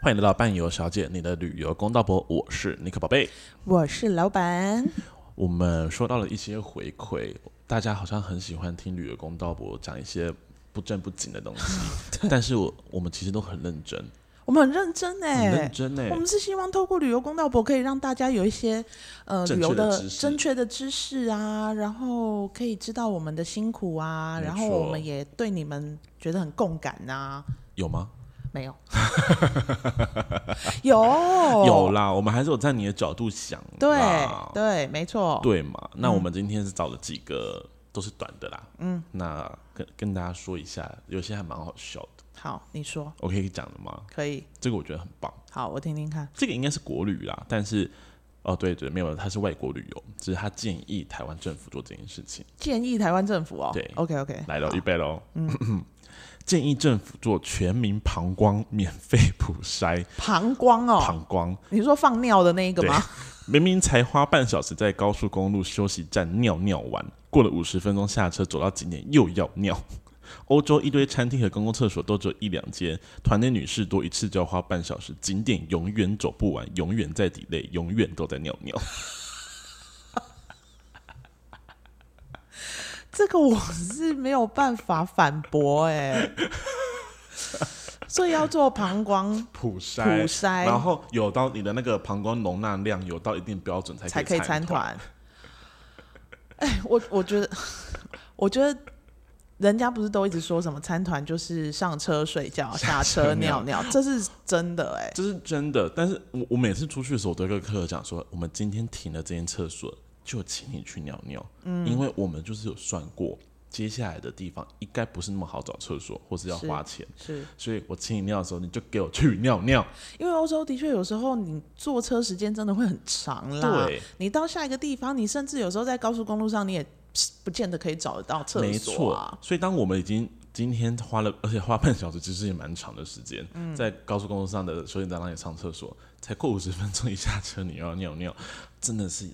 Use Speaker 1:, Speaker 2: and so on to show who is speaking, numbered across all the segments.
Speaker 1: 欢迎来到伴游小姐，你的旅游公道博，我是尼克宝贝。
Speaker 2: 我是老板，
Speaker 1: 我们收到了一些回馈，大家好像很喜欢听旅游公道博讲一些不正不经的东 西，但是我我们其实都很认真，
Speaker 2: 我们很认真
Speaker 1: 很
Speaker 2: 哎、
Speaker 1: 认真哎、
Speaker 2: 我们是希望透过旅游公道博，可以让大家有一些呃
Speaker 1: 正
Speaker 2: 旅
Speaker 1: 确的
Speaker 2: 游的
Speaker 1: 知识
Speaker 2: 正确的知识啊，然后可以知道我们的辛苦啊，
Speaker 1: 没
Speaker 2: 然后
Speaker 1: 错
Speaker 2: 我们也对你们觉得很共感呐、
Speaker 1: 有吗？
Speaker 2: 没有，有哦
Speaker 1: 有啦，我们还是有在你的角度想啦，
Speaker 2: 对对，嗯没错，
Speaker 1: 对嘛？那我们今天是找了几个都是短的啦，嗯，那跟跟大家说一下，有些还蛮好笑的，
Speaker 2: 好，你说
Speaker 1: 我可以讲的吗？
Speaker 2: 可以，
Speaker 1: 这个我觉得很棒，
Speaker 2: 好，我听听看，
Speaker 1: 这个应该是国旅啦，但是哦对对，没有，它是外国旅游，只是他建议台湾政府做这件事情。
Speaker 2: 建议台湾政府哦，
Speaker 1: 对
Speaker 2: ，OK OK，
Speaker 1: 来了，预备喽。嗯 建议政府做全民膀胱免费普筛，
Speaker 2: 膀胱哦，
Speaker 1: 膀胱
Speaker 2: 你说放尿的那一个吗？
Speaker 1: 明明才花半小时在高速公路休息站尿尿完，过了五十分钟下车走到景点又要尿。 欧洲一堆餐厅和公共厕所都只有一两间，团内女士多一次就要花半小时，景点永远走不完，永远在底内，永远都在尿尿。
Speaker 2: 这个我是没有办法反驳哎、所以要做膀胱
Speaker 1: 普筛
Speaker 2: 普筛
Speaker 1: 然后有到你的那个膀胱容纳量有到一定标准才
Speaker 2: 才
Speaker 1: 可
Speaker 2: 可
Speaker 1: 以
Speaker 2: 以参
Speaker 1: 团。
Speaker 2: 团。哎，我我觉得，我觉得人家不是都一直说什么参团就是上车睡觉，下车尿尿，这是真的哎、
Speaker 1: 这是真的，但是我我每次出去的时候，我都会跟客人讲说，我们今天停了这间厕所，就请你去尿尿，
Speaker 2: 嗯
Speaker 1: 因为我们就是有算过，接下来的地方应该不是那么好找厕所，或是要
Speaker 2: 是
Speaker 1: 花钱，
Speaker 2: 是
Speaker 1: 所以我请你尿的时候，你就给我去尿尿。
Speaker 2: 因为欧洲的确有时候你坐车时间真的会很长啦。
Speaker 1: 对，
Speaker 2: 你到下一个地方，你甚至有时候在高速公路上你也不见得可以找得到厕
Speaker 1: 没
Speaker 2: 所
Speaker 1: 错
Speaker 2: 啊。。
Speaker 1: 所以当我们已经今天花了， 而且花半小时，其实也蛮长的时间，
Speaker 2: 嗯
Speaker 1: 在高速公路上的休息站那里上厕所，才过五十分钟，一下车你又要尿 尿，真的是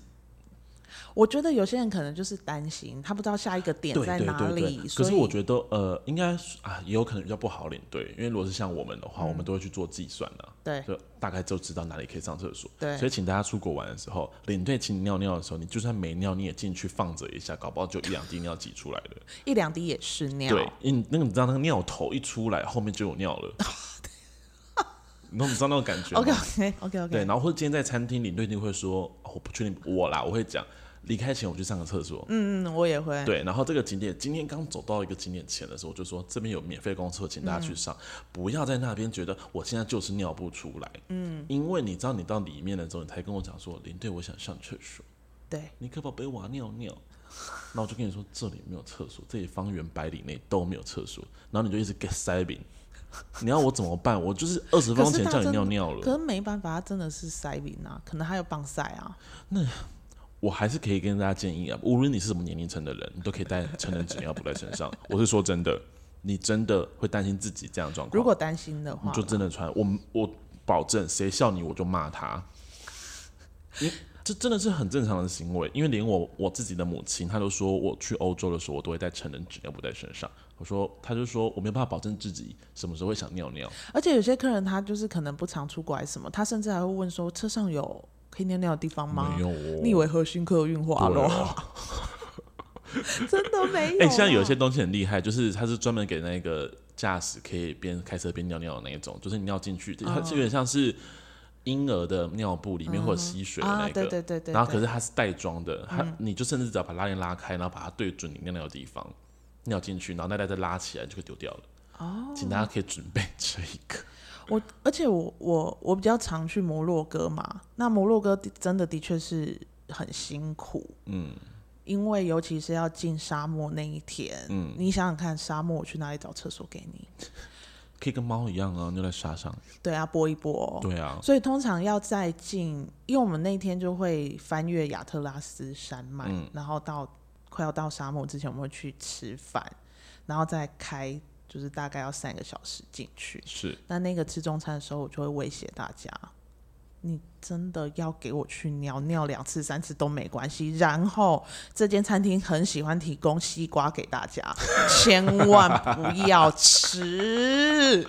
Speaker 2: 我觉得有些人可能就是担心，他不知道下一个点
Speaker 1: 对
Speaker 2: 在
Speaker 1: 对
Speaker 2: 哪里，
Speaker 1: 对对，可
Speaker 2: 所
Speaker 1: 是
Speaker 2: 以
Speaker 1: 我觉得呃，应该是啊，也有可能比较不好领队，因为如果是像我们的话，我们都会去做计算的、
Speaker 2: 嗯对
Speaker 1: 就大概就知道哪里可以上厕所。
Speaker 2: 对
Speaker 1: 所以请大家出国玩的时候，领队请你尿尿的时候，你就算没尿，你也进去放着一下，搞不好就一两滴尿挤出来了。
Speaker 2: 一两滴也是尿。
Speaker 1: 对，因为那个你知道那个尿头一出来，后面就有尿了。
Speaker 2: 哦
Speaker 1: 你懂你知道那种感觉吗
Speaker 2: OK OK OK
Speaker 1: 对，
Speaker 2: OK，
Speaker 1: 然后或者今天在餐厅，领队一定会说，哦我不确定我啦，我会讲离开前我去上个厕所。
Speaker 2: 嗯，我也会。
Speaker 1: 对，然后这个景点今天刚走到一个景点前的时候，我就说这边有免费公厕，请大家去
Speaker 2: 嗯
Speaker 1: 上，不要在那边觉得我现在就是尿不出来。嗯，因为你知道你到里面的时候，你才跟我讲说林队，我想上厕所，
Speaker 2: 对
Speaker 1: 你可宝贝我要尿尿。 那我就跟你说，这里没有厕所，这里方圆百里内都没有厕所，然后你就一直给塞饼， 你要我怎么办？我就是二十分钟
Speaker 2: 可是
Speaker 1: 前
Speaker 2: 他
Speaker 1: 叫你
Speaker 2: 真
Speaker 1: 尿
Speaker 2: 的
Speaker 1: 尿
Speaker 2: 可
Speaker 1: 了，
Speaker 2: 是没办法，他真的是塞饼啊，可能还有棒塞啊。
Speaker 1: 我还是可以跟大家建议啊，无论你是什么年龄层的人，你都可以带 成人纸尿布在身上。我是说真的，你真的会担心自己这样的状况，
Speaker 2: 如果担心的话
Speaker 1: 你，就真的穿，我我保证，谁笑你我就骂他。你这真的是很正常的行为，因为连我我自己的母亲，她都说我去欧洲的时候，我都会带成人纸尿布在身上。我说，她就说我没办法保证自己什么时候会想尿尿。
Speaker 2: 而且有些客人他就是可能不常出国还是什么，他甚至还会问说车上有可以尿尿的地方吗
Speaker 1: 没？有哦，
Speaker 2: 你以为核心客运化
Speaker 1: 对
Speaker 2: 咯？
Speaker 1: 啊
Speaker 2: 真的没有啊。
Speaker 1: 哎、现在有一些东西很厉害，就是它是专门给那个驾驶可以边开车边尿尿的那一种，就是你尿进去，它
Speaker 2: 嗯
Speaker 1: 就有点像是婴儿的尿布里面会有吸水的那
Speaker 2: 啊，
Speaker 1: 一个，
Speaker 2: 对对对对。
Speaker 1: 然后可
Speaker 2: 对嗯
Speaker 1: 是它是袋装的，它你就甚至只要把拉链拉开，然后把它对准你尿尿的地方尿进去，然后袋袋再拉起来就可以丢掉了。哦， 请大家可以准备这一个。
Speaker 2: 我而且我我我比较常去摩洛哥嘛，那摩洛哥的真的的确是很辛苦，嗯，因为尤其是要进沙漠那一天，嗯，你想想看，沙漠我去哪里找厕所给你？
Speaker 1: 可以跟猫一样啊，尿在沙上。
Speaker 2: 对啊，拨一拨。
Speaker 1: 对啊，
Speaker 2: 所以通常要再进，因为我们那天就会翻越亚特拉斯山脉，然后到快要到沙漠之前，我们会去吃饭，然后再开，就是大概要三个小时进去。
Speaker 1: 是
Speaker 2: 那那个吃中餐的时候，我就会威胁大家：你真的要给我去尿尿两次、三次都没关系。然后这间餐厅很喜欢提供西瓜给大家，千万不要吃。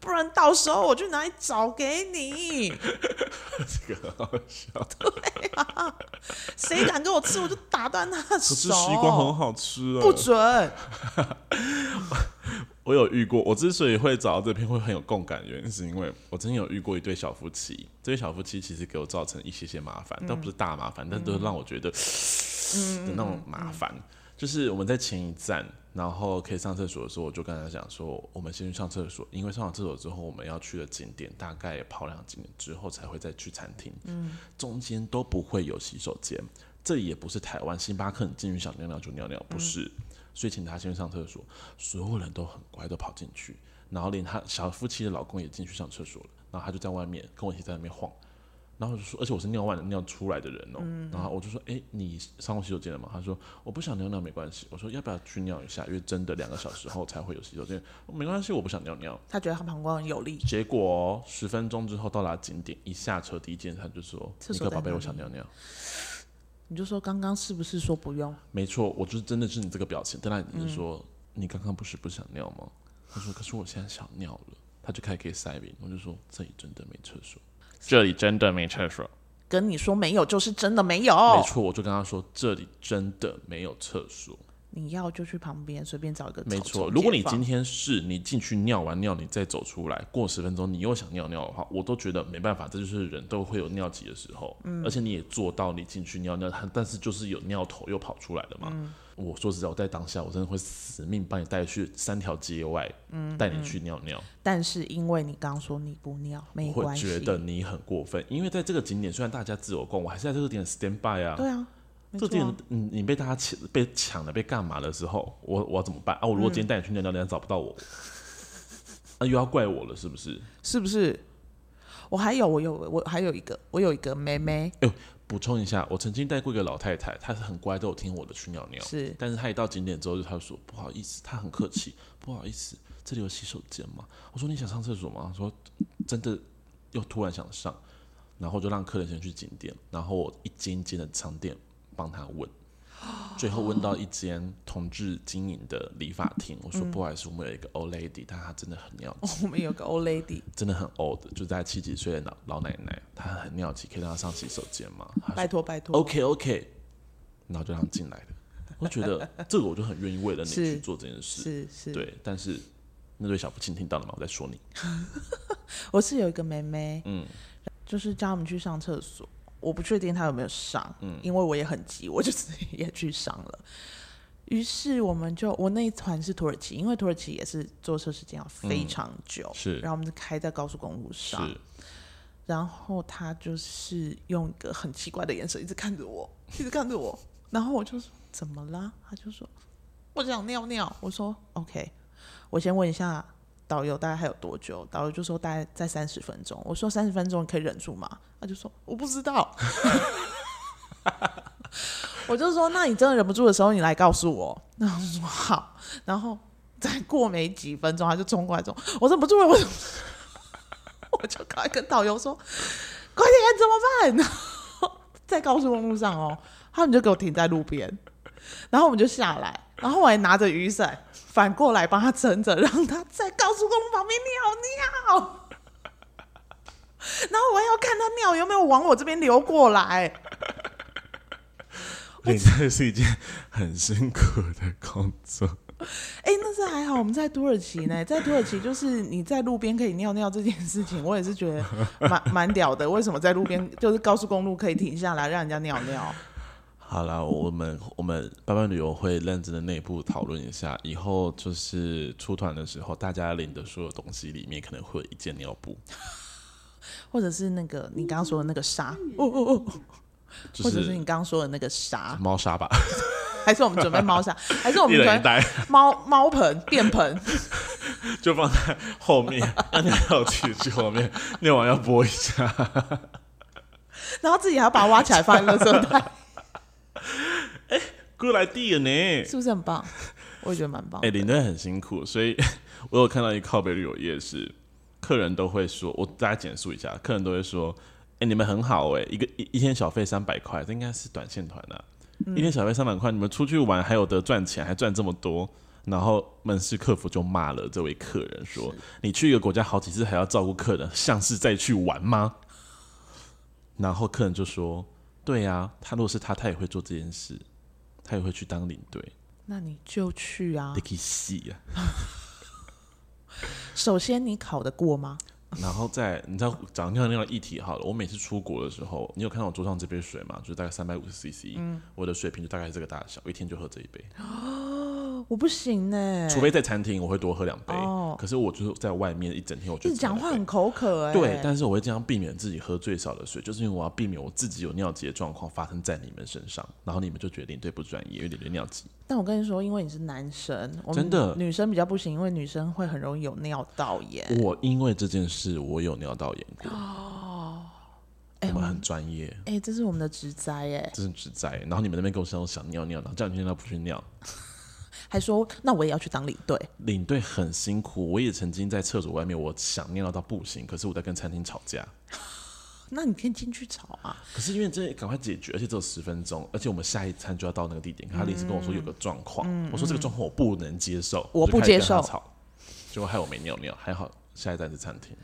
Speaker 2: 不然到时候我去哪里找给你？
Speaker 1: 啊这个很好笑。
Speaker 2: 谁敢给我吃，我就打断他的
Speaker 1: 可是
Speaker 2: 手。
Speaker 1: 西瓜很好吃啊！
Speaker 2: 不准，
Speaker 1: 我有遇过，我之所以会找到这篇会很有共感，原因是因为我曾经有遇过一对小夫妻，这对小夫妻其实给我造成一些些麻烦，倒不是大麻烦，但都是让我觉得 的那种麻烦。就是我们在前一站，然后可以上厕所的时候，我就跟他讲说，我们先去上厕所，因为上完厕所之后，我们要去的景点大概跑两个景点之后才会再去餐厅，中间都不会有洗手间。这里也不是台湾，星巴克你进去想尿尿就尿尿，不是。所以请他先上厕所，所有人都很乖，都跑进去，然后连他小夫妻的老公也进去上厕所了，然后他就在外面跟我一起在那边晃，然后我就说，而且我是尿完了尿出来的人哦、
Speaker 2: 嗯
Speaker 1: 然后我就说，哎、你上过洗手间了吗？他说我不想尿尿，没关系。我说要不要去尿一下？因为真的两个小时后才会有洗手间，我没关系，我不想尿尿。
Speaker 2: 他觉得他膀胱很有力。
Speaker 1: 结果哦十分钟之后到达景点，一下车第一件事他就说，
Speaker 2: 厕
Speaker 1: 那
Speaker 2: 所
Speaker 1: 个
Speaker 2: 在
Speaker 1: 宝贝，
Speaker 2: 哪
Speaker 1: 我想
Speaker 2: 里
Speaker 1: 尿尿。
Speaker 2: 你就说刚刚是不是说不用？
Speaker 1: 没错，我就是真的是你这个表情。但他你就说、你刚刚不是不想尿吗？他说可是我现在想尿了，他就开始给塞宾。我就说这里真的没厕所，这里真的没厕所。
Speaker 2: 跟你说没有，就是真的没有。
Speaker 1: 没错，我就跟他说这里真的没有厕所。
Speaker 2: 你要就去旁边随便找一个草。
Speaker 1: 没错，
Speaker 2: 丛
Speaker 1: 如果
Speaker 2: 解
Speaker 1: 你
Speaker 2: 放
Speaker 1: 今天是你进去尿完尿，你再走出来，过十分钟你又想尿尿的话，我都觉得没办法，这就是人都会有尿急的时候。
Speaker 2: 嗯
Speaker 1: 而且你也做到你进去尿尿，它但是就是有尿头又跑出来了嘛。
Speaker 2: 嗯
Speaker 1: 我说实在，我在当下我真的会死命把你带去三条街外，带
Speaker 2: 嗯
Speaker 1: 你去尿尿。
Speaker 2: 但是因为你刚说你不尿，没
Speaker 1: 我会
Speaker 2: 关系。
Speaker 1: 觉得你很过分，因为在这个景点虽然大家自由逛，我还是在这个点 stand by 啊。
Speaker 2: 对啊，没
Speaker 1: 这
Speaker 2: 错啊
Speaker 1: 点，你你被大家抢被抢了被干嘛的时候，我我要怎么办啊？我如果今天
Speaker 2: 嗯
Speaker 1: 带你去尿尿，人家找不到我，啊又要怪我了，是不是？
Speaker 2: 是不是？我还有，我有，我还有一个，我有一个妹妹
Speaker 1: 补充一下，我曾经带过一个老太太，她是很乖，都有听我的去尿尿，
Speaker 2: 是
Speaker 1: 但是她一到景点之后，就她说不好意思，她很客气，不好意思，这里有洗手间吗？我说你想上厕所吗？她说真的，又突然想上，然后就让客人先去景点，然后我一间一间的商店帮她问。最后问到一间同志经营的理发厅，我说不好意思，我们有一个 old lady，但她真的很尿急。
Speaker 2: 我们有个 old lady，
Speaker 1: 真的很 old，就在七几岁的老老奶奶，她很尿急，可以让她上洗手间吗？ 她
Speaker 2: 拜托拜托
Speaker 1: OK OK，然后就让他进来了。我觉得这个我就很愿意为了你
Speaker 2: 是
Speaker 1: 去做这件事，
Speaker 2: 是是，
Speaker 1: 对。但是那对小父亲听到了吗？我在说你，
Speaker 2: 我是有一个妹妹，
Speaker 1: 嗯
Speaker 2: 就是叫他们去上厕所，我不确定她有没有上，
Speaker 1: 嗯
Speaker 2: 因为我也很急，我就自己也去上了。 于是我们就，我那一团是土耳其，因为土耳其也是坐车时间要非常久，
Speaker 1: 嗯是
Speaker 2: 然后我们就开在高速公路上，
Speaker 1: 是
Speaker 2: 然后他就是用一个很奇怪的眼神一直看着我，一直看着我，然后我就说怎么啦？他就说我想尿尿。我说 OK，我先问一下导游大概还有多久？导游就说大概在三十分钟。我说三十分钟你可以忍住吗？他就说我不知道。 我就说那你真的忍不住的时候你来告诉我。那我说好，然后再过没几分钟他就冲过来说我忍不住了，我 忍不住了我就赶快跟导游说快点怎么办？然 后在高速公路上哦，他们就给我停在路边，然后我们就下来，然后我还拿着雨伞反过来帮他撑着，让他在高速公路旁边尿 尿。然后我还要看他尿有没有往我这边流过来，
Speaker 1: 你这是一件很辛苦的工作，
Speaker 2: 哎，那是还好，我们在土耳其呢，在土耳其就是你在路边可以尿尿这件事情，我也是觉得蛮 蛮屌的。为什么在路边就是高速公路可以停下来让人家尿尿？
Speaker 1: 好啦，我们我们班班旅游会认真的内部讨论一下，以后就是出团的时候，大家领的所有东西里面可能会有一件尿布，
Speaker 2: 或者是那个你刚刚说的那个沙，哦哦哦，
Speaker 1: 就
Speaker 2: 或者是你
Speaker 1: 是
Speaker 2: 刚刚说的那个沙，
Speaker 1: 猫砂吧，
Speaker 2: 还是我们准备猫砂，还 是我
Speaker 1: 一
Speaker 2: 们准
Speaker 1: 人一
Speaker 2: 备
Speaker 1: 袋
Speaker 2: 猫猫盆、便盆？
Speaker 1: 就放在后面，让你要去去后面，尿完要拨一下。
Speaker 2: 然后自己还要把它挖起来放在垃圾 袋，
Speaker 1: good idea 呢。
Speaker 2: 是不是很棒？我也觉得蛮棒
Speaker 1: 哎、。领队很辛苦，所以 我有看到一个靠北旅游夜市，客人都会说，我大家简述一下，客人都会说，哎、你们很好哎、一个一一天小费三百块，这应该是短线团啊，一天小费三百块，你们出去玩还有得赚钱，还赚这么多，然后门市客服就骂了这位客人说：“你去一个国家好几次还要照顾客人，像是在去玩吗？”然后客人就说：“对呀、他如果是他，他也会做这件事，他也会去当领队，
Speaker 2: 那你就去啊
Speaker 1: 你。可以洗啊。
Speaker 2: 首先，你考得过吗？
Speaker 1: 然后再你知道讲尿尿的议题好了，我每次出国的时候，你有看到我桌上这杯水吗？就是大概三百五十 CC，、我
Speaker 2: 嗯
Speaker 1: 的水瓶就大概是这个大小，我一天就喝这一杯。
Speaker 2: 我不行呢、
Speaker 1: 除非在餐厅，我会多喝两杯。
Speaker 2: 哦
Speaker 1: 可是我就是在外面一整天，我
Speaker 2: 一
Speaker 1: 就只
Speaker 2: 直
Speaker 1: 喝
Speaker 2: 讲话
Speaker 1: 两
Speaker 2: 很
Speaker 1: 杯
Speaker 2: 口渴哎、
Speaker 1: 对，但是我会尽量避免自己喝最少的水，就是因为我要避免我自己有尿急的状况发生在你们身上，然后你们就觉得领队不专业，有点点尿急。
Speaker 2: 但我跟你说，因为你是男生，我
Speaker 1: 真
Speaker 2: 们
Speaker 1: 的
Speaker 2: 女生比较不行，因为女生会很容易有尿道炎。
Speaker 1: 我因为这件事，我有尿道炎过。哦，我们很专业，
Speaker 2: 哎、这是我们的职灾哎，
Speaker 1: 这是指在。然后你们那边跟我说想尿尿，然后叫你去尿不去尿，
Speaker 2: 还说那我也要去当领队，
Speaker 1: 领队很辛苦。我也曾经在厕所外面，我想尿到不行，可是我在跟餐厅吵架。
Speaker 2: 那你可以进去吵啊。
Speaker 1: 可是因为这赶快解决，而且只有十分钟，而且我们下一餐就要到那个地点。他临时跟我说有个状况，我说这个状况我不能接受，
Speaker 2: 嗯我不
Speaker 1: 就开始
Speaker 2: 接受
Speaker 1: 跟他吵结果害我没尿尿，还好下一站是餐厅，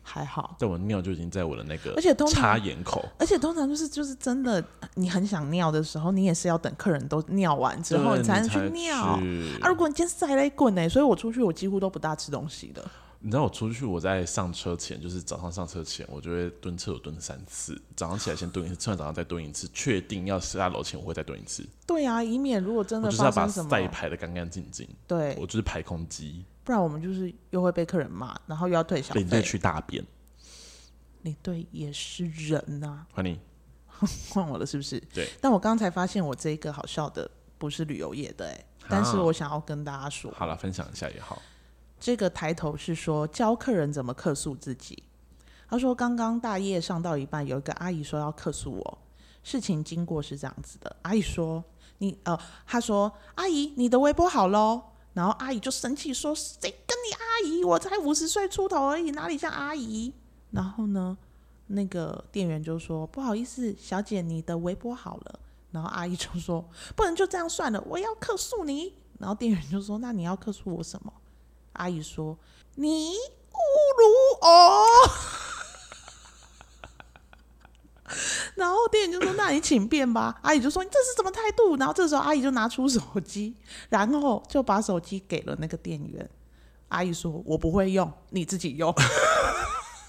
Speaker 2: 还好，
Speaker 1: 但我尿就已经在我的那个，
Speaker 2: 而且通常
Speaker 1: 插眼口，
Speaker 2: 而且通常就是就是真的，你很想尿的时候，你也是要等客人都尿完之后，
Speaker 1: 对
Speaker 2: 你才能
Speaker 1: 你才
Speaker 2: 去尿。
Speaker 1: 去
Speaker 2: 啊，如果你今天塞雷滚呢，所以我出去我几乎都不大吃东西的。
Speaker 1: 你知道我出去，我在上车前，就是早上上车前，我就会蹲厕所蹲三次，早上起来先蹲一次，吃完早上再蹲一次，确定要下楼前我会再蹲一次，
Speaker 2: 对啊，以免如果真
Speaker 1: 我
Speaker 2: 的
Speaker 1: 就是要
Speaker 2: 发
Speaker 1: 把
Speaker 2: 生什么，
Speaker 1: 塞排的干干净净，
Speaker 2: 对
Speaker 1: 我，就是排空机，
Speaker 2: 不然我们就是又会被客人骂，然后又要退小
Speaker 1: 领队
Speaker 2: 费。
Speaker 1: 去大便，
Speaker 2: 领队也是人呐、
Speaker 1: 欢迎。
Speaker 2: 换我了是不是？
Speaker 1: 对。
Speaker 2: 但我刚才发现我这一个好笑的不是旅游业的哎、但
Speaker 1: 啊
Speaker 2: 是我想要跟大家说，
Speaker 1: 好了，分享一下也好。
Speaker 2: 这个抬头是说教客人怎么客诉自己。他说刚刚大夜上到一半，有一个阿姨说要客诉我，事情经过是这样子的，阿姨说你呃，她说阿姨你的微波好喽。然后啊阿姨就生气说：“谁跟你阿姨？我才五十岁出头而已，哪里像阿姨？”然后呢，那个店员就说：“不好意思，小姐，你的微波好了。”然后阿姨就说：“不能就这样算了，我要客诉你。”然后店员就说：“那你要客诉我什么？”阿姨说：“你侮辱我。”然后店员就说：“那你请便吧。”阿姨就说：“你这是什么态度？”然后这时候阿姨就拿出手机，然后就把手机给了那个店员。阿姨说：“我不会用，你自己用。”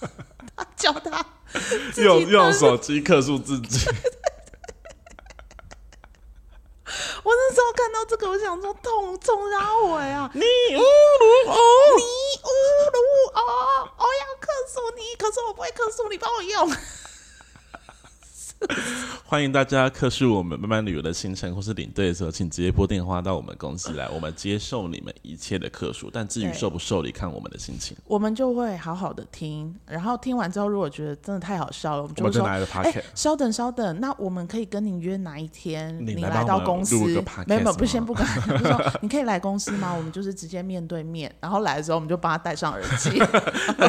Speaker 2: 他叫他自己
Speaker 1: 用
Speaker 2: 登
Speaker 1: 用
Speaker 2: 录
Speaker 1: 手机克诉自己，
Speaker 2: 我那时候看到这个，我想说痛痛杀我呀！ 你哦
Speaker 1: 你侮辱我！
Speaker 2: 你侮辱我，我要克诉你，可是我不会克诉你，帮我用。
Speaker 1: 欢迎大家克诉我们慢慢旅游的行程或是领队的时候，请直接拨电话到我们公司来，我们接受你们一切的克数，但至于
Speaker 2: 对
Speaker 1: 受不受理，看我们的心情。
Speaker 2: 我们就会好好的听，然后听完之后，如果觉得真的太好笑了，我们就
Speaker 1: 我们
Speaker 2: 会
Speaker 1: 再
Speaker 2: 说
Speaker 1: 拿一个：“
Speaker 2: 哎、
Speaker 1: podcast
Speaker 2: 稍等，稍等，那我们可以跟你约哪一天？
Speaker 1: 你来
Speaker 2: 来
Speaker 1: 帮
Speaker 2: 到
Speaker 1: 我们
Speaker 2: 公司
Speaker 1: 录个 podcast，
Speaker 2: 没有，没有，
Speaker 1: 吗
Speaker 2: 不先不管， 就说你可以来公司吗？我们就是直接面对面，然后来的时候我们就帮他戴上耳 机。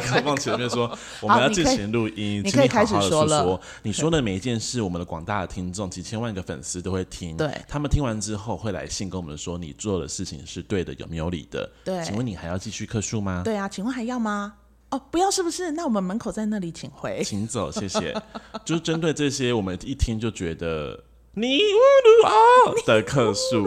Speaker 1: 开放前面 说，我们要进行录音，
Speaker 2: 你
Speaker 1: 请
Speaker 2: 可
Speaker 1: 你好
Speaker 2: 以你可以开
Speaker 1: 好的
Speaker 2: 始说
Speaker 1: 说
Speaker 2: 了
Speaker 1: 说你说的每一件事，我们的广大的听众几千万个粉丝都会听，
Speaker 2: 对
Speaker 1: 他们听完之后会来信跟我们说你做的事情是对的，有没有理的？
Speaker 2: 对
Speaker 1: 请问你还要继续克数吗？
Speaker 2: 对啊，请问还要吗？哦，不要是不是？那我们门口在那里，请回。
Speaker 1: 请走，谢 谢。就是针对这些，我们一听就觉得你侮辱我的客诉，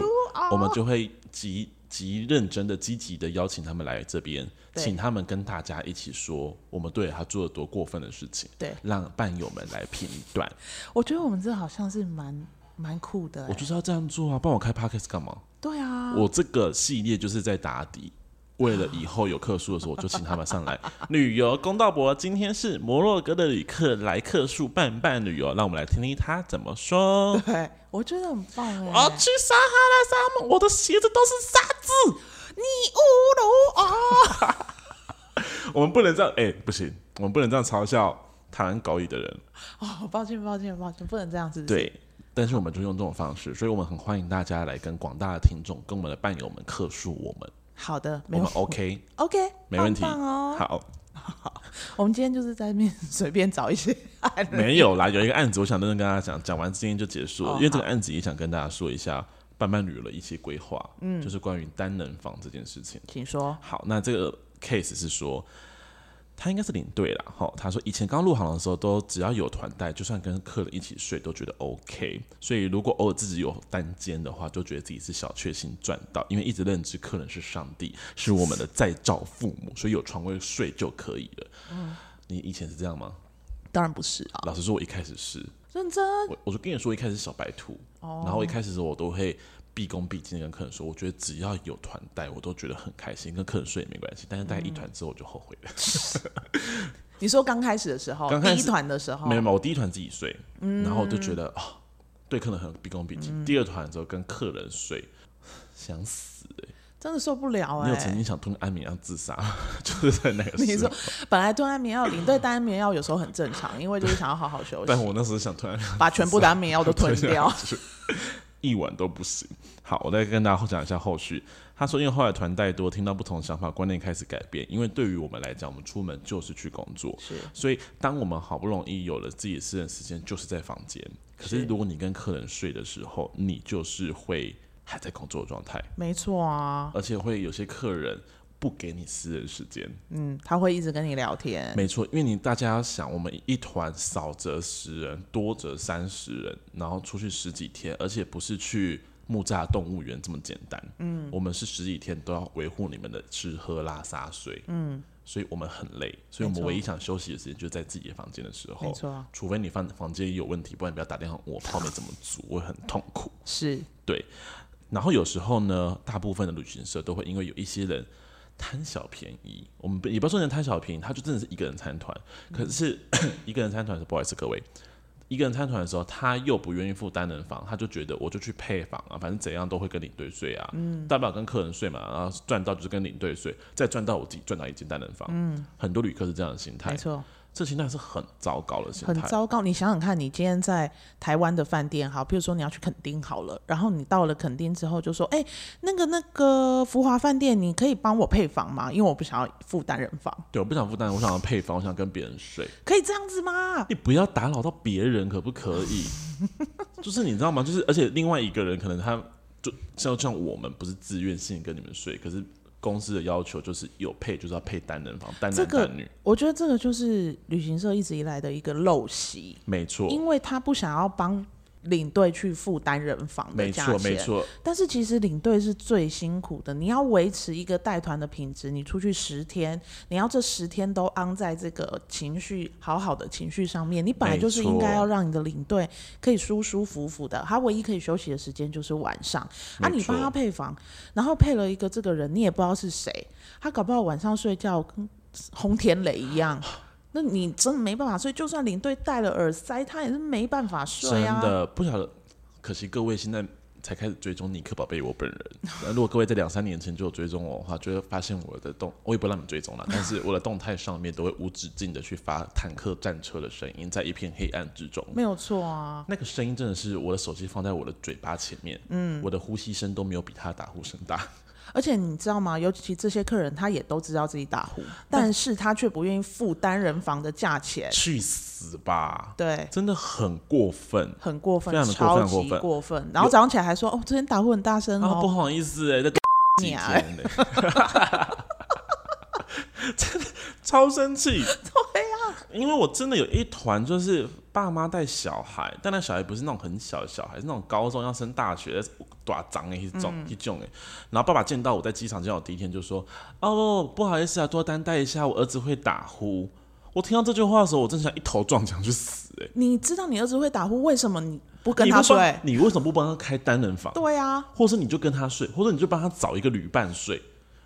Speaker 1: 我们就会极极认真的、积极的邀请他们来这边，
Speaker 2: 对
Speaker 1: 请他们跟大家一起说，我们对他做了多过分的事情，
Speaker 2: 对
Speaker 1: 让伴友们来评断。
Speaker 2: 我觉得我们这好像是蛮蛮酷的、
Speaker 1: 我
Speaker 2: 欸。
Speaker 1: 就是要这样做啊，帮我开 podcast 干嘛？
Speaker 2: 对啊，
Speaker 1: 我这个系列就是在打底。为了以后有客诉的时候，我就请他们上来 旅游公道博。今天是摩洛哥的旅客来客诉伴伴旅游，让我们来听听他怎么说。
Speaker 2: 对，我觉得很棒 哎、
Speaker 1: 我要去撒哈拉沙漠，我的鞋子都是沙子。
Speaker 2: 你侮辱我，
Speaker 1: 我们不能这样，哎、不行，我们不能这样嘲笑台湾高语的人。
Speaker 2: 哦，抱歉，抱歉，抱歉，不能这样子。，
Speaker 1: 对，但是我们就用这种方式，所以我们很欢迎大家来跟广大的听众、跟我们的伴友们客诉我们，
Speaker 2: 好的，
Speaker 1: 我
Speaker 2: 没
Speaker 1: 们
Speaker 2: 有
Speaker 1: OK，
Speaker 2: ，OK，
Speaker 1: 没问题。
Speaker 2: 棒棒哦。
Speaker 1: 好，
Speaker 2: 我们今天就是在面随便找 一些案例。
Speaker 1: 没有啦，有一个案子，我想认真跟大家讲，讲完今天就结束了，
Speaker 2: 哦
Speaker 1: 因为这个案子也想跟大家说一下。伴伴侣有了一些规划，嗯，就是关于单人房这件事情。
Speaker 2: 请说。
Speaker 1: 好，那这个 case 是说，他应该是领队啦。哈。他说以前刚入行的时候，都只要有团带，就算跟客人一起睡都觉得 OK。所以如果偶尔自己有单间的话，就觉得自己是小确幸赚到，因为一直认知客人是上帝，是我们的再造父母，所以有床位睡就可以了。
Speaker 2: 嗯
Speaker 1: 你以前是这样吗？
Speaker 2: 当然不是啊，
Speaker 1: 老实说，我一开始是，
Speaker 2: 认真
Speaker 1: 我我就跟你说，一开始是小白兔，
Speaker 2: 哦
Speaker 1: 然后一开始的时候我都会毕恭毕敬的跟客人说，我觉得只要有团带，我都觉得很开心，跟客人睡也没关系。但是带
Speaker 2: 嗯
Speaker 1: 一团之后我就后悔了，
Speaker 2: 你说刚开始的时候，
Speaker 1: 刚开
Speaker 2: 第
Speaker 1: 始
Speaker 2: 一团的时候，
Speaker 1: 没有没有，我第一团自己睡，然后我就觉
Speaker 2: 嗯
Speaker 1: 得啊，对客人很毕恭毕敬。第二团的时候跟客人睡，想死欸
Speaker 2: 真的受不了
Speaker 1: 你
Speaker 2: 哎、
Speaker 1: 有曾经想吞安眠药自杀吗， 就是在那个
Speaker 2: 你
Speaker 1: 时
Speaker 2: 说
Speaker 1: 候。
Speaker 2: 本来吞安眠药，领队 单安眠药有时候很正常，因为就是想要好 好休
Speaker 1: 但
Speaker 2: 息，
Speaker 1: 我那时候想吞安眠药
Speaker 2: 把全部的安眠药都吞
Speaker 1: 对啊
Speaker 2: 掉。
Speaker 1: 就是一碗都不行。好，我再跟大家讲一下后续。他说，因为后来团带多，听到不同想法，观念开始改变。因为对于我们来讲，我们出门就是去工作，
Speaker 2: 是
Speaker 1: 所以当我们好不容易有了自己的私人时间，就是在房间。可是
Speaker 2: 是
Speaker 1: 如果你跟客人睡的时候，你就是会还在工作的状态，
Speaker 2: 没错啊，
Speaker 1: 而且会有些客人不给你私人时间。
Speaker 2: 嗯，他会一直跟你聊天，
Speaker 1: 没错，因为你大家要想，我们一团少则十人，多则三十人，然后出去十几天，而且不是去木栅动物园这么简单。嗯，我们是十几天都要维护你们的吃喝拉撒睡。嗯，所以我们很累，所以我
Speaker 2: 没
Speaker 1: 们
Speaker 2: 错
Speaker 1: 唯一想休息的时间就是在自己的房间的时候。
Speaker 2: 没错，
Speaker 1: 除非你房房间有问题，不然你不要打电话问我，泡面怎么煮，我会很痛苦。
Speaker 2: 是
Speaker 1: 然后有时候呢，大部分的旅行社都会因为有一些人贪小便宜，我们不也不要说人贪小便宜，他就真的是一个人参团。可是、 一个人参团是不好意思各位，一个人参团的时候，他又不愿意付单人房，他就觉得我就去配房啊，反正怎样都会跟领队睡啊，
Speaker 2: 嗯
Speaker 1: 大不了跟客人睡嘛，然后赚到就是跟领队睡，再赚到我自己赚到一间单人房。很多旅客是这样的心态
Speaker 2: 嗯没，错，
Speaker 1: 这心态是很糟糕的心
Speaker 2: 很
Speaker 1: 态。
Speaker 2: 糟糕。你想想看，你今天在台湾的饭店，好，譬如说你要去垦丁好了，然后你到了垦丁之后就说，哎、那个那个福华饭店，你可以帮我配房吗？因为我不想要付单人房，
Speaker 1: 对，我不想负担，我想要配房，我想跟别人睡。
Speaker 2: 可以这样子吗？
Speaker 1: 你不要打扰到别人，可不可 以？就是你知道吗？就是而且另外一个人可能他就像像我们不是自愿性跟你们睡，可是公司的要求就是有配就是要配单人房，单
Speaker 2: 这
Speaker 1: 男
Speaker 2: 个
Speaker 1: 单女，
Speaker 2: 我觉得这个就是旅行社一直以来的一个陋习，
Speaker 1: 没错，
Speaker 2: 因为他不想要帮领队去付单人房的
Speaker 1: 没
Speaker 2: 价
Speaker 1: 错，
Speaker 2: 钱，
Speaker 1: 没错，
Speaker 2: 但是其实领队是最辛苦的，你要维持一个带团的品质，你出去十天，你要这十天都安在这个情绪好好的情绪上面，你本来就是应该要让你的领队可以舒舒服服的，他唯一可以休息的时间就是晚上，啊，
Speaker 1: 没
Speaker 2: 你帮
Speaker 1: 错
Speaker 2: 他配房，然后配了一个这个人，你也不知道是谁，他搞不好晚上睡觉跟轰天雷 一样。那你真的没办法睡，就算领队戴了耳塞，他也是没办法
Speaker 1: 真
Speaker 2: 睡啊。
Speaker 1: 的不晓得。可惜各位现在才开始追踪尼克宝贝我本人，那如果各位在两三年前就有追踪我的话，就会发现我的动，我也不让你们追踪了，但是我的动态上面都会无止境的去发坦克战车的声音，在一片黑暗之中。
Speaker 2: 没有错啊，
Speaker 1: 那个声音真的是我的手机放在我的嘴巴前面，嗯，我的呼吸声都没有比他的打呼声大。
Speaker 2: 而且你知道吗？尤其这些客人，他也都知道自己打呼，但是他却不愿意付单人房的价钱，
Speaker 1: 去死吧！
Speaker 2: 对，
Speaker 1: 真的很过分
Speaker 2: 很过分
Speaker 1: 非，常地过
Speaker 2: 超
Speaker 1: 分过
Speaker 2: 级
Speaker 1: 分
Speaker 2: 过分。然后早上起来还说：“哦，昨天打呼很大声
Speaker 1: 啊！不
Speaker 2: 哦。
Speaker 1: 好意思哎、欸，那 几
Speaker 2: 你啊
Speaker 1: 天呢、 真的超生 气。对
Speaker 2: 啊
Speaker 1: 呀、因为我真的有一团就是爸妈带小孩，但那小孩不是那种很小的小孩，是那种高中要升大学的短长的一
Speaker 2: 嗯
Speaker 1: 种一种哎。然后爸爸见到我在机场见到我第一天就说：“哦，不好意思啊，多担待一下，我儿子会打呼。”我听到这句话的时候，我真想一头撞墙去死哎、”
Speaker 2: 你知道你儿子会打呼，为什么你不跟
Speaker 1: 你
Speaker 2: 他欸
Speaker 1: 不帮
Speaker 2: 睡？
Speaker 1: 你为什么不帮他开单人房？
Speaker 2: 对啊，
Speaker 1: 或是你就跟他睡，或者你就帮他找一个旅伴睡。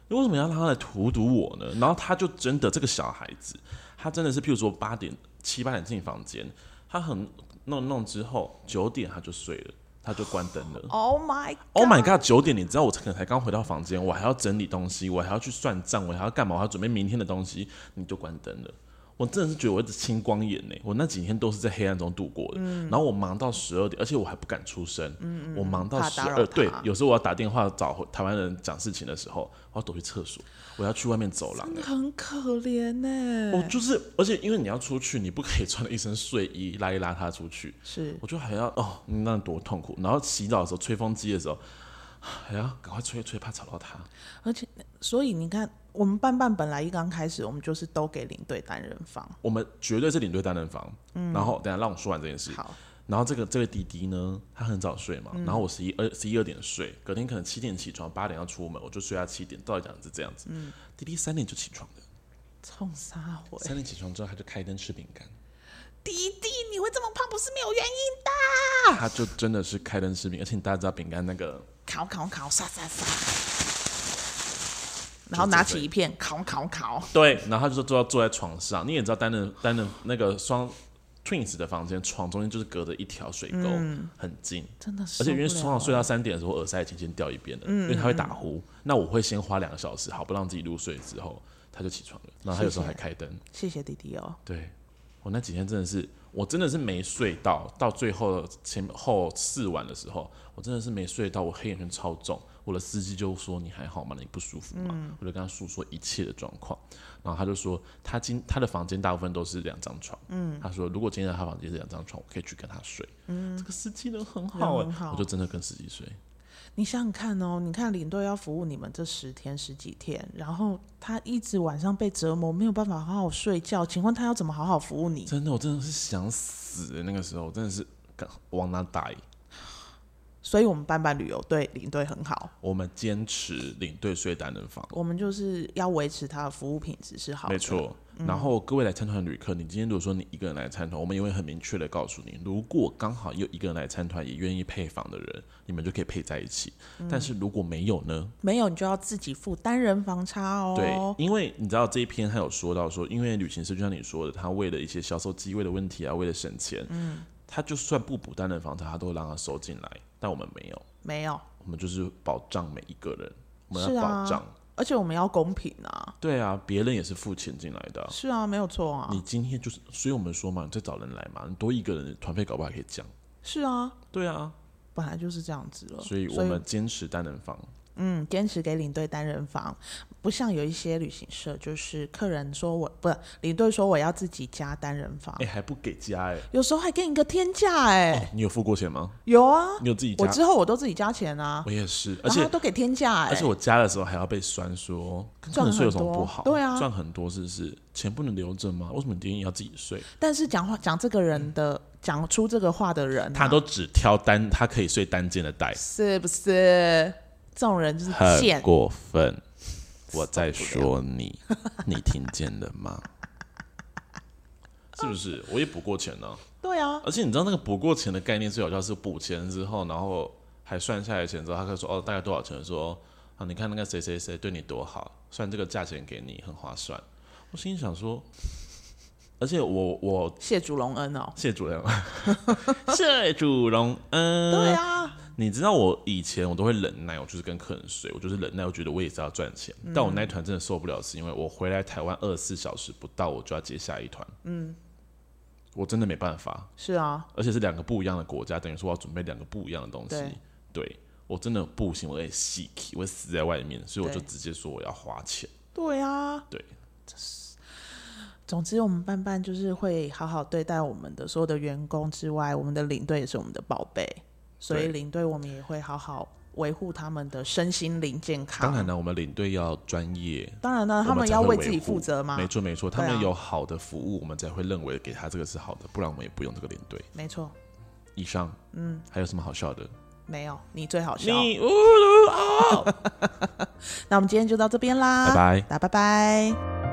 Speaker 1: 你为什么要让他来荼毒我呢？然后他就真的这个小孩子，他真的是，譬如说八点七八点进房间，他很弄弄之后九点他就睡了，他就关灯了。
Speaker 2: ，Oh my
Speaker 1: Oh my god！九点，你知道我可能才刚回到房间，我还要整理东西，我还要去算账，我还要干嘛？我还要准备明天的东西，你就关灯了。我真的是觉得我一直青光眼呢、我那几天都是在黑暗中度过的，
Speaker 2: 嗯
Speaker 1: 然后我忙到十二点，而且我还不敢出声，我忙到
Speaker 2: 怕
Speaker 1: 十
Speaker 2: 打
Speaker 1: 二
Speaker 2: 扰
Speaker 1: 对
Speaker 2: 他，
Speaker 1: 有时候我要打电话找台湾人讲事情的时候，我要躲去厕所，我要去外面走廊、欸，
Speaker 2: 很可怜呢、
Speaker 1: 我就是，而且因为你要出去，你不可以穿着一身睡衣邋里邋遢出去，
Speaker 2: 是
Speaker 1: 我就还要哦，那多痛苦。然后洗澡的时候，吹风机的时候， 还要赶快吹吹，怕吵到他。
Speaker 2: 而且，所以你看，我们办办本来一刚开始，我们就是都给领队单人房。
Speaker 1: 我们绝对是领队单人房。然后等一下让我说完这件事。
Speaker 2: 好，
Speaker 1: 然后这个这个弟弟呢，他很早睡嘛，然后我十一二十一二点睡，隔天可能七点起床，八点要出门，我就睡到七点。照理讲是这样子，弟弟三点就起床的，
Speaker 2: 冲杀回
Speaker 1: 三点起床之后他就开灯吃饼干，
Speaker 2: 弟弟，你会这么胖不是没有原因的。
Speaker 1: 他就真的是开灯吃饼，而且你大家知道饼干那个
Speaker 2: 烤烤烤，杀杀杀。然后拿起一片，烤烤烤。
Speaker 1: 对，然后他就坐坐在床上，你也知道单人单人那个双 twins 的房间床中间就是隔着一条水沟，很近。
Speaker 2: 真的
Speaker 1: 而
Speaker 2: 是，
Speaker 1: 且因为通常睡到三点的时候，耳塞已经先掉一边了，因为他会打呼。那我会先花两个小时，好不让自己入睡之后，他就起床了。然后他有时候还开灯。
Speaker 2: 谢谢弟弟哦，
Speaker 1: 对我那几天真的是，我真的是没睡到，到最后前后四晚的时候，我真的是没睡到，我黑眼圈超重。我的司机就说：“你还好吗？你不舒服吗？”我就跟他诉说一切的状况，然后他就说：“他今他的房间大部分都是两张床，嗯，他说如果今天他房间是两张床，我可以去跟他睡，嗯，这个司机人很好、欸，
Speaker 2: 人很好
Speaker 1: 我就真的跟司机睡，
Speaker 2: 你想想看哦，你看领队要服务你们这十天十几天，然后他一直晚上被折磨，没有办法好好睡觉，请问他要怎么好好服务你？
Speaker 1: 真的，我真的是想死、欸，那个时候我真的是干往哪打欸？
Speaker 2: 所以我们办办旅游对领队很好，
Speaker 1: 我们坚持领队睡单人房，
Speaker 2: 我们就是要维持他的服务品质是好的。嗯
Speaker 1: 没，错。然后各位来参团的旅客，你今天如果说你一个人来参团，我们也会很明确的告诉你，如果刚好有一个人来参团，也愿意配房的人，你们就可以配在一起。
Speaker 2: 嗯
Speaker 1: 但是如果没有呢？
Speaker 2: 没有你就要自己付单人房差哦。
Speaker 1: 对，因为你知道这一篇还有说到说，因为旅行社就像你说的，他为了一些销售机位的问题啊，为了省钱，嗯，他就算不补单人房差，他都让他收进来，但我们没有，
Speaker 2: 没有，
Speaker 1: 我们就是保障每一个人，我们
Speaker 2: 是
Speaker 1: 要
Speaker 2: 啊
Speaker 1: 保障。
Speaker 2: 而且我们要公平啊。
Speaker 1: 对啊，别人也是付钱进来的啊、
Speaker 2: 是啊，没有错啊
Speaker 1: 你。今天就是，所以我们说嘛，你再找人来嘛，你多一个人团费搞不好还可以降。
Speaker 2: 是啊，
Speaker 1: 对啊，
Speaker 2: 本来就是这样子了。
Speaker 1: 所以我们坚持单人房，
Speaker 2: 嗯，坚持给领队单人房，不像有一些旅行社，就是客人说我不，领队说我要自己加单人房，
Speaker 1: 哎、还不给加哎、
Speaker 2: 有时候还给你个天价哎、
Speaker 1: 你有付过钱吗？
Speaker 2: 有啊，
Speaker 1: 你有自己加
Speaker 2: 我？之后我都自己加钱啊，
Speaker 1: 我也是，而
Speaker 2: 然
Speaker 1: 且
Speaker 2: 后都给天价哎、
Speaker 1: 而且我加的时候还要被酸说，跟客
Speaker 2: 赚
Speaker 1: 人
Speaker 2: 很
Speaker 1: 睡有什么
Speaker 2: 多
Speaker 1: 不好？
Speaker 2: 对啊
Speaker 1: 赚很多是不是？钱不能留着吗？为什么你今天要自己睡？
Speaker 2: 但是讲话讲这个人的讲出这个话的人啊、
Speaker 1: 他都只挑单，他可以睡单间的带，
Speaker 2: 是不是这种人就是
Speaker 1: 很
Speaker 2: 贱，
Speaker 1: 过分。我在说你，你听见了吗？是不是？我也补过钱呢、
Speaker 2: 对啊，
Speaker 1: 而且你知道那个补过钱的概念最好笑是补钱之后，然后还算下来钱之后，他可以说哦大概多少钱，说啊你看那个谁谁谁对你多好，算这个价钱给你很划算。我心里想说，而且我我
Speaker 2: 谢主隆恩哦，
Speaker 1: 谢主任，谢主任，嗯，
Speaker 2: 对啊，
Speaker 1: 你知道我以前我都会忍耐，我就是跟客人睡，我就是忍耐，我觉得我也是要赚钱。
Speaker 2: 嗯
Speaker 1: 但我那一团真的受不了，是因为我回来台湾二十四小时不到，我就要接下一团，嗯，我真的没办法，
Speaker 2: 是啊，
Speaker 1: 而且是两个不一样的国家，等于说我要准备两个不一样的东西。
Speaker 2: 对
Speaker 1: 对我真的不行，我得细气，我会死在外面，所以我就
Speaker 2: 对
Speaker 1: 直接说我要花钱。
Speaker 2: 对啊，
Speaker 1: 对，
Speaker 2: 总之，我们伴伴就是会好好对待我们的所有的员工之外，我们的领队也是我们的宝贝，所以
Speaker 1: 对
Speaker 2: 领队我们也会好好维护他们的身心灵健康。
Speaker 1: 当然，啊呢，我们领队要专业，
Speaker 2: 当然呢，
Speaker 1: 我
Speaker 2: 他
Speaker 1: 们才
Speaker 2: 要
Speaker 1: 会
Speaker 2: 为自己
Speaker 1: 维护
Speaker 2: 负责嘛。
Speaker 1: 没错没错，他
Speaker 2: 对啊
Speaker 1: 们有好的服务，我们才会认为给他这个是好的，不然我们也不用这个领队。
Speaker 2: 没错，
Speaker 1: 以上，嗯，还有什么好笑的？
Speaker 2: 没有你最好笑。
Speaker 1: 你呜噜哦，
Speaker 2: 那我们今天就到这边啦，
Speaker 1: 拜拜。
Speaker 2: 那拜拜。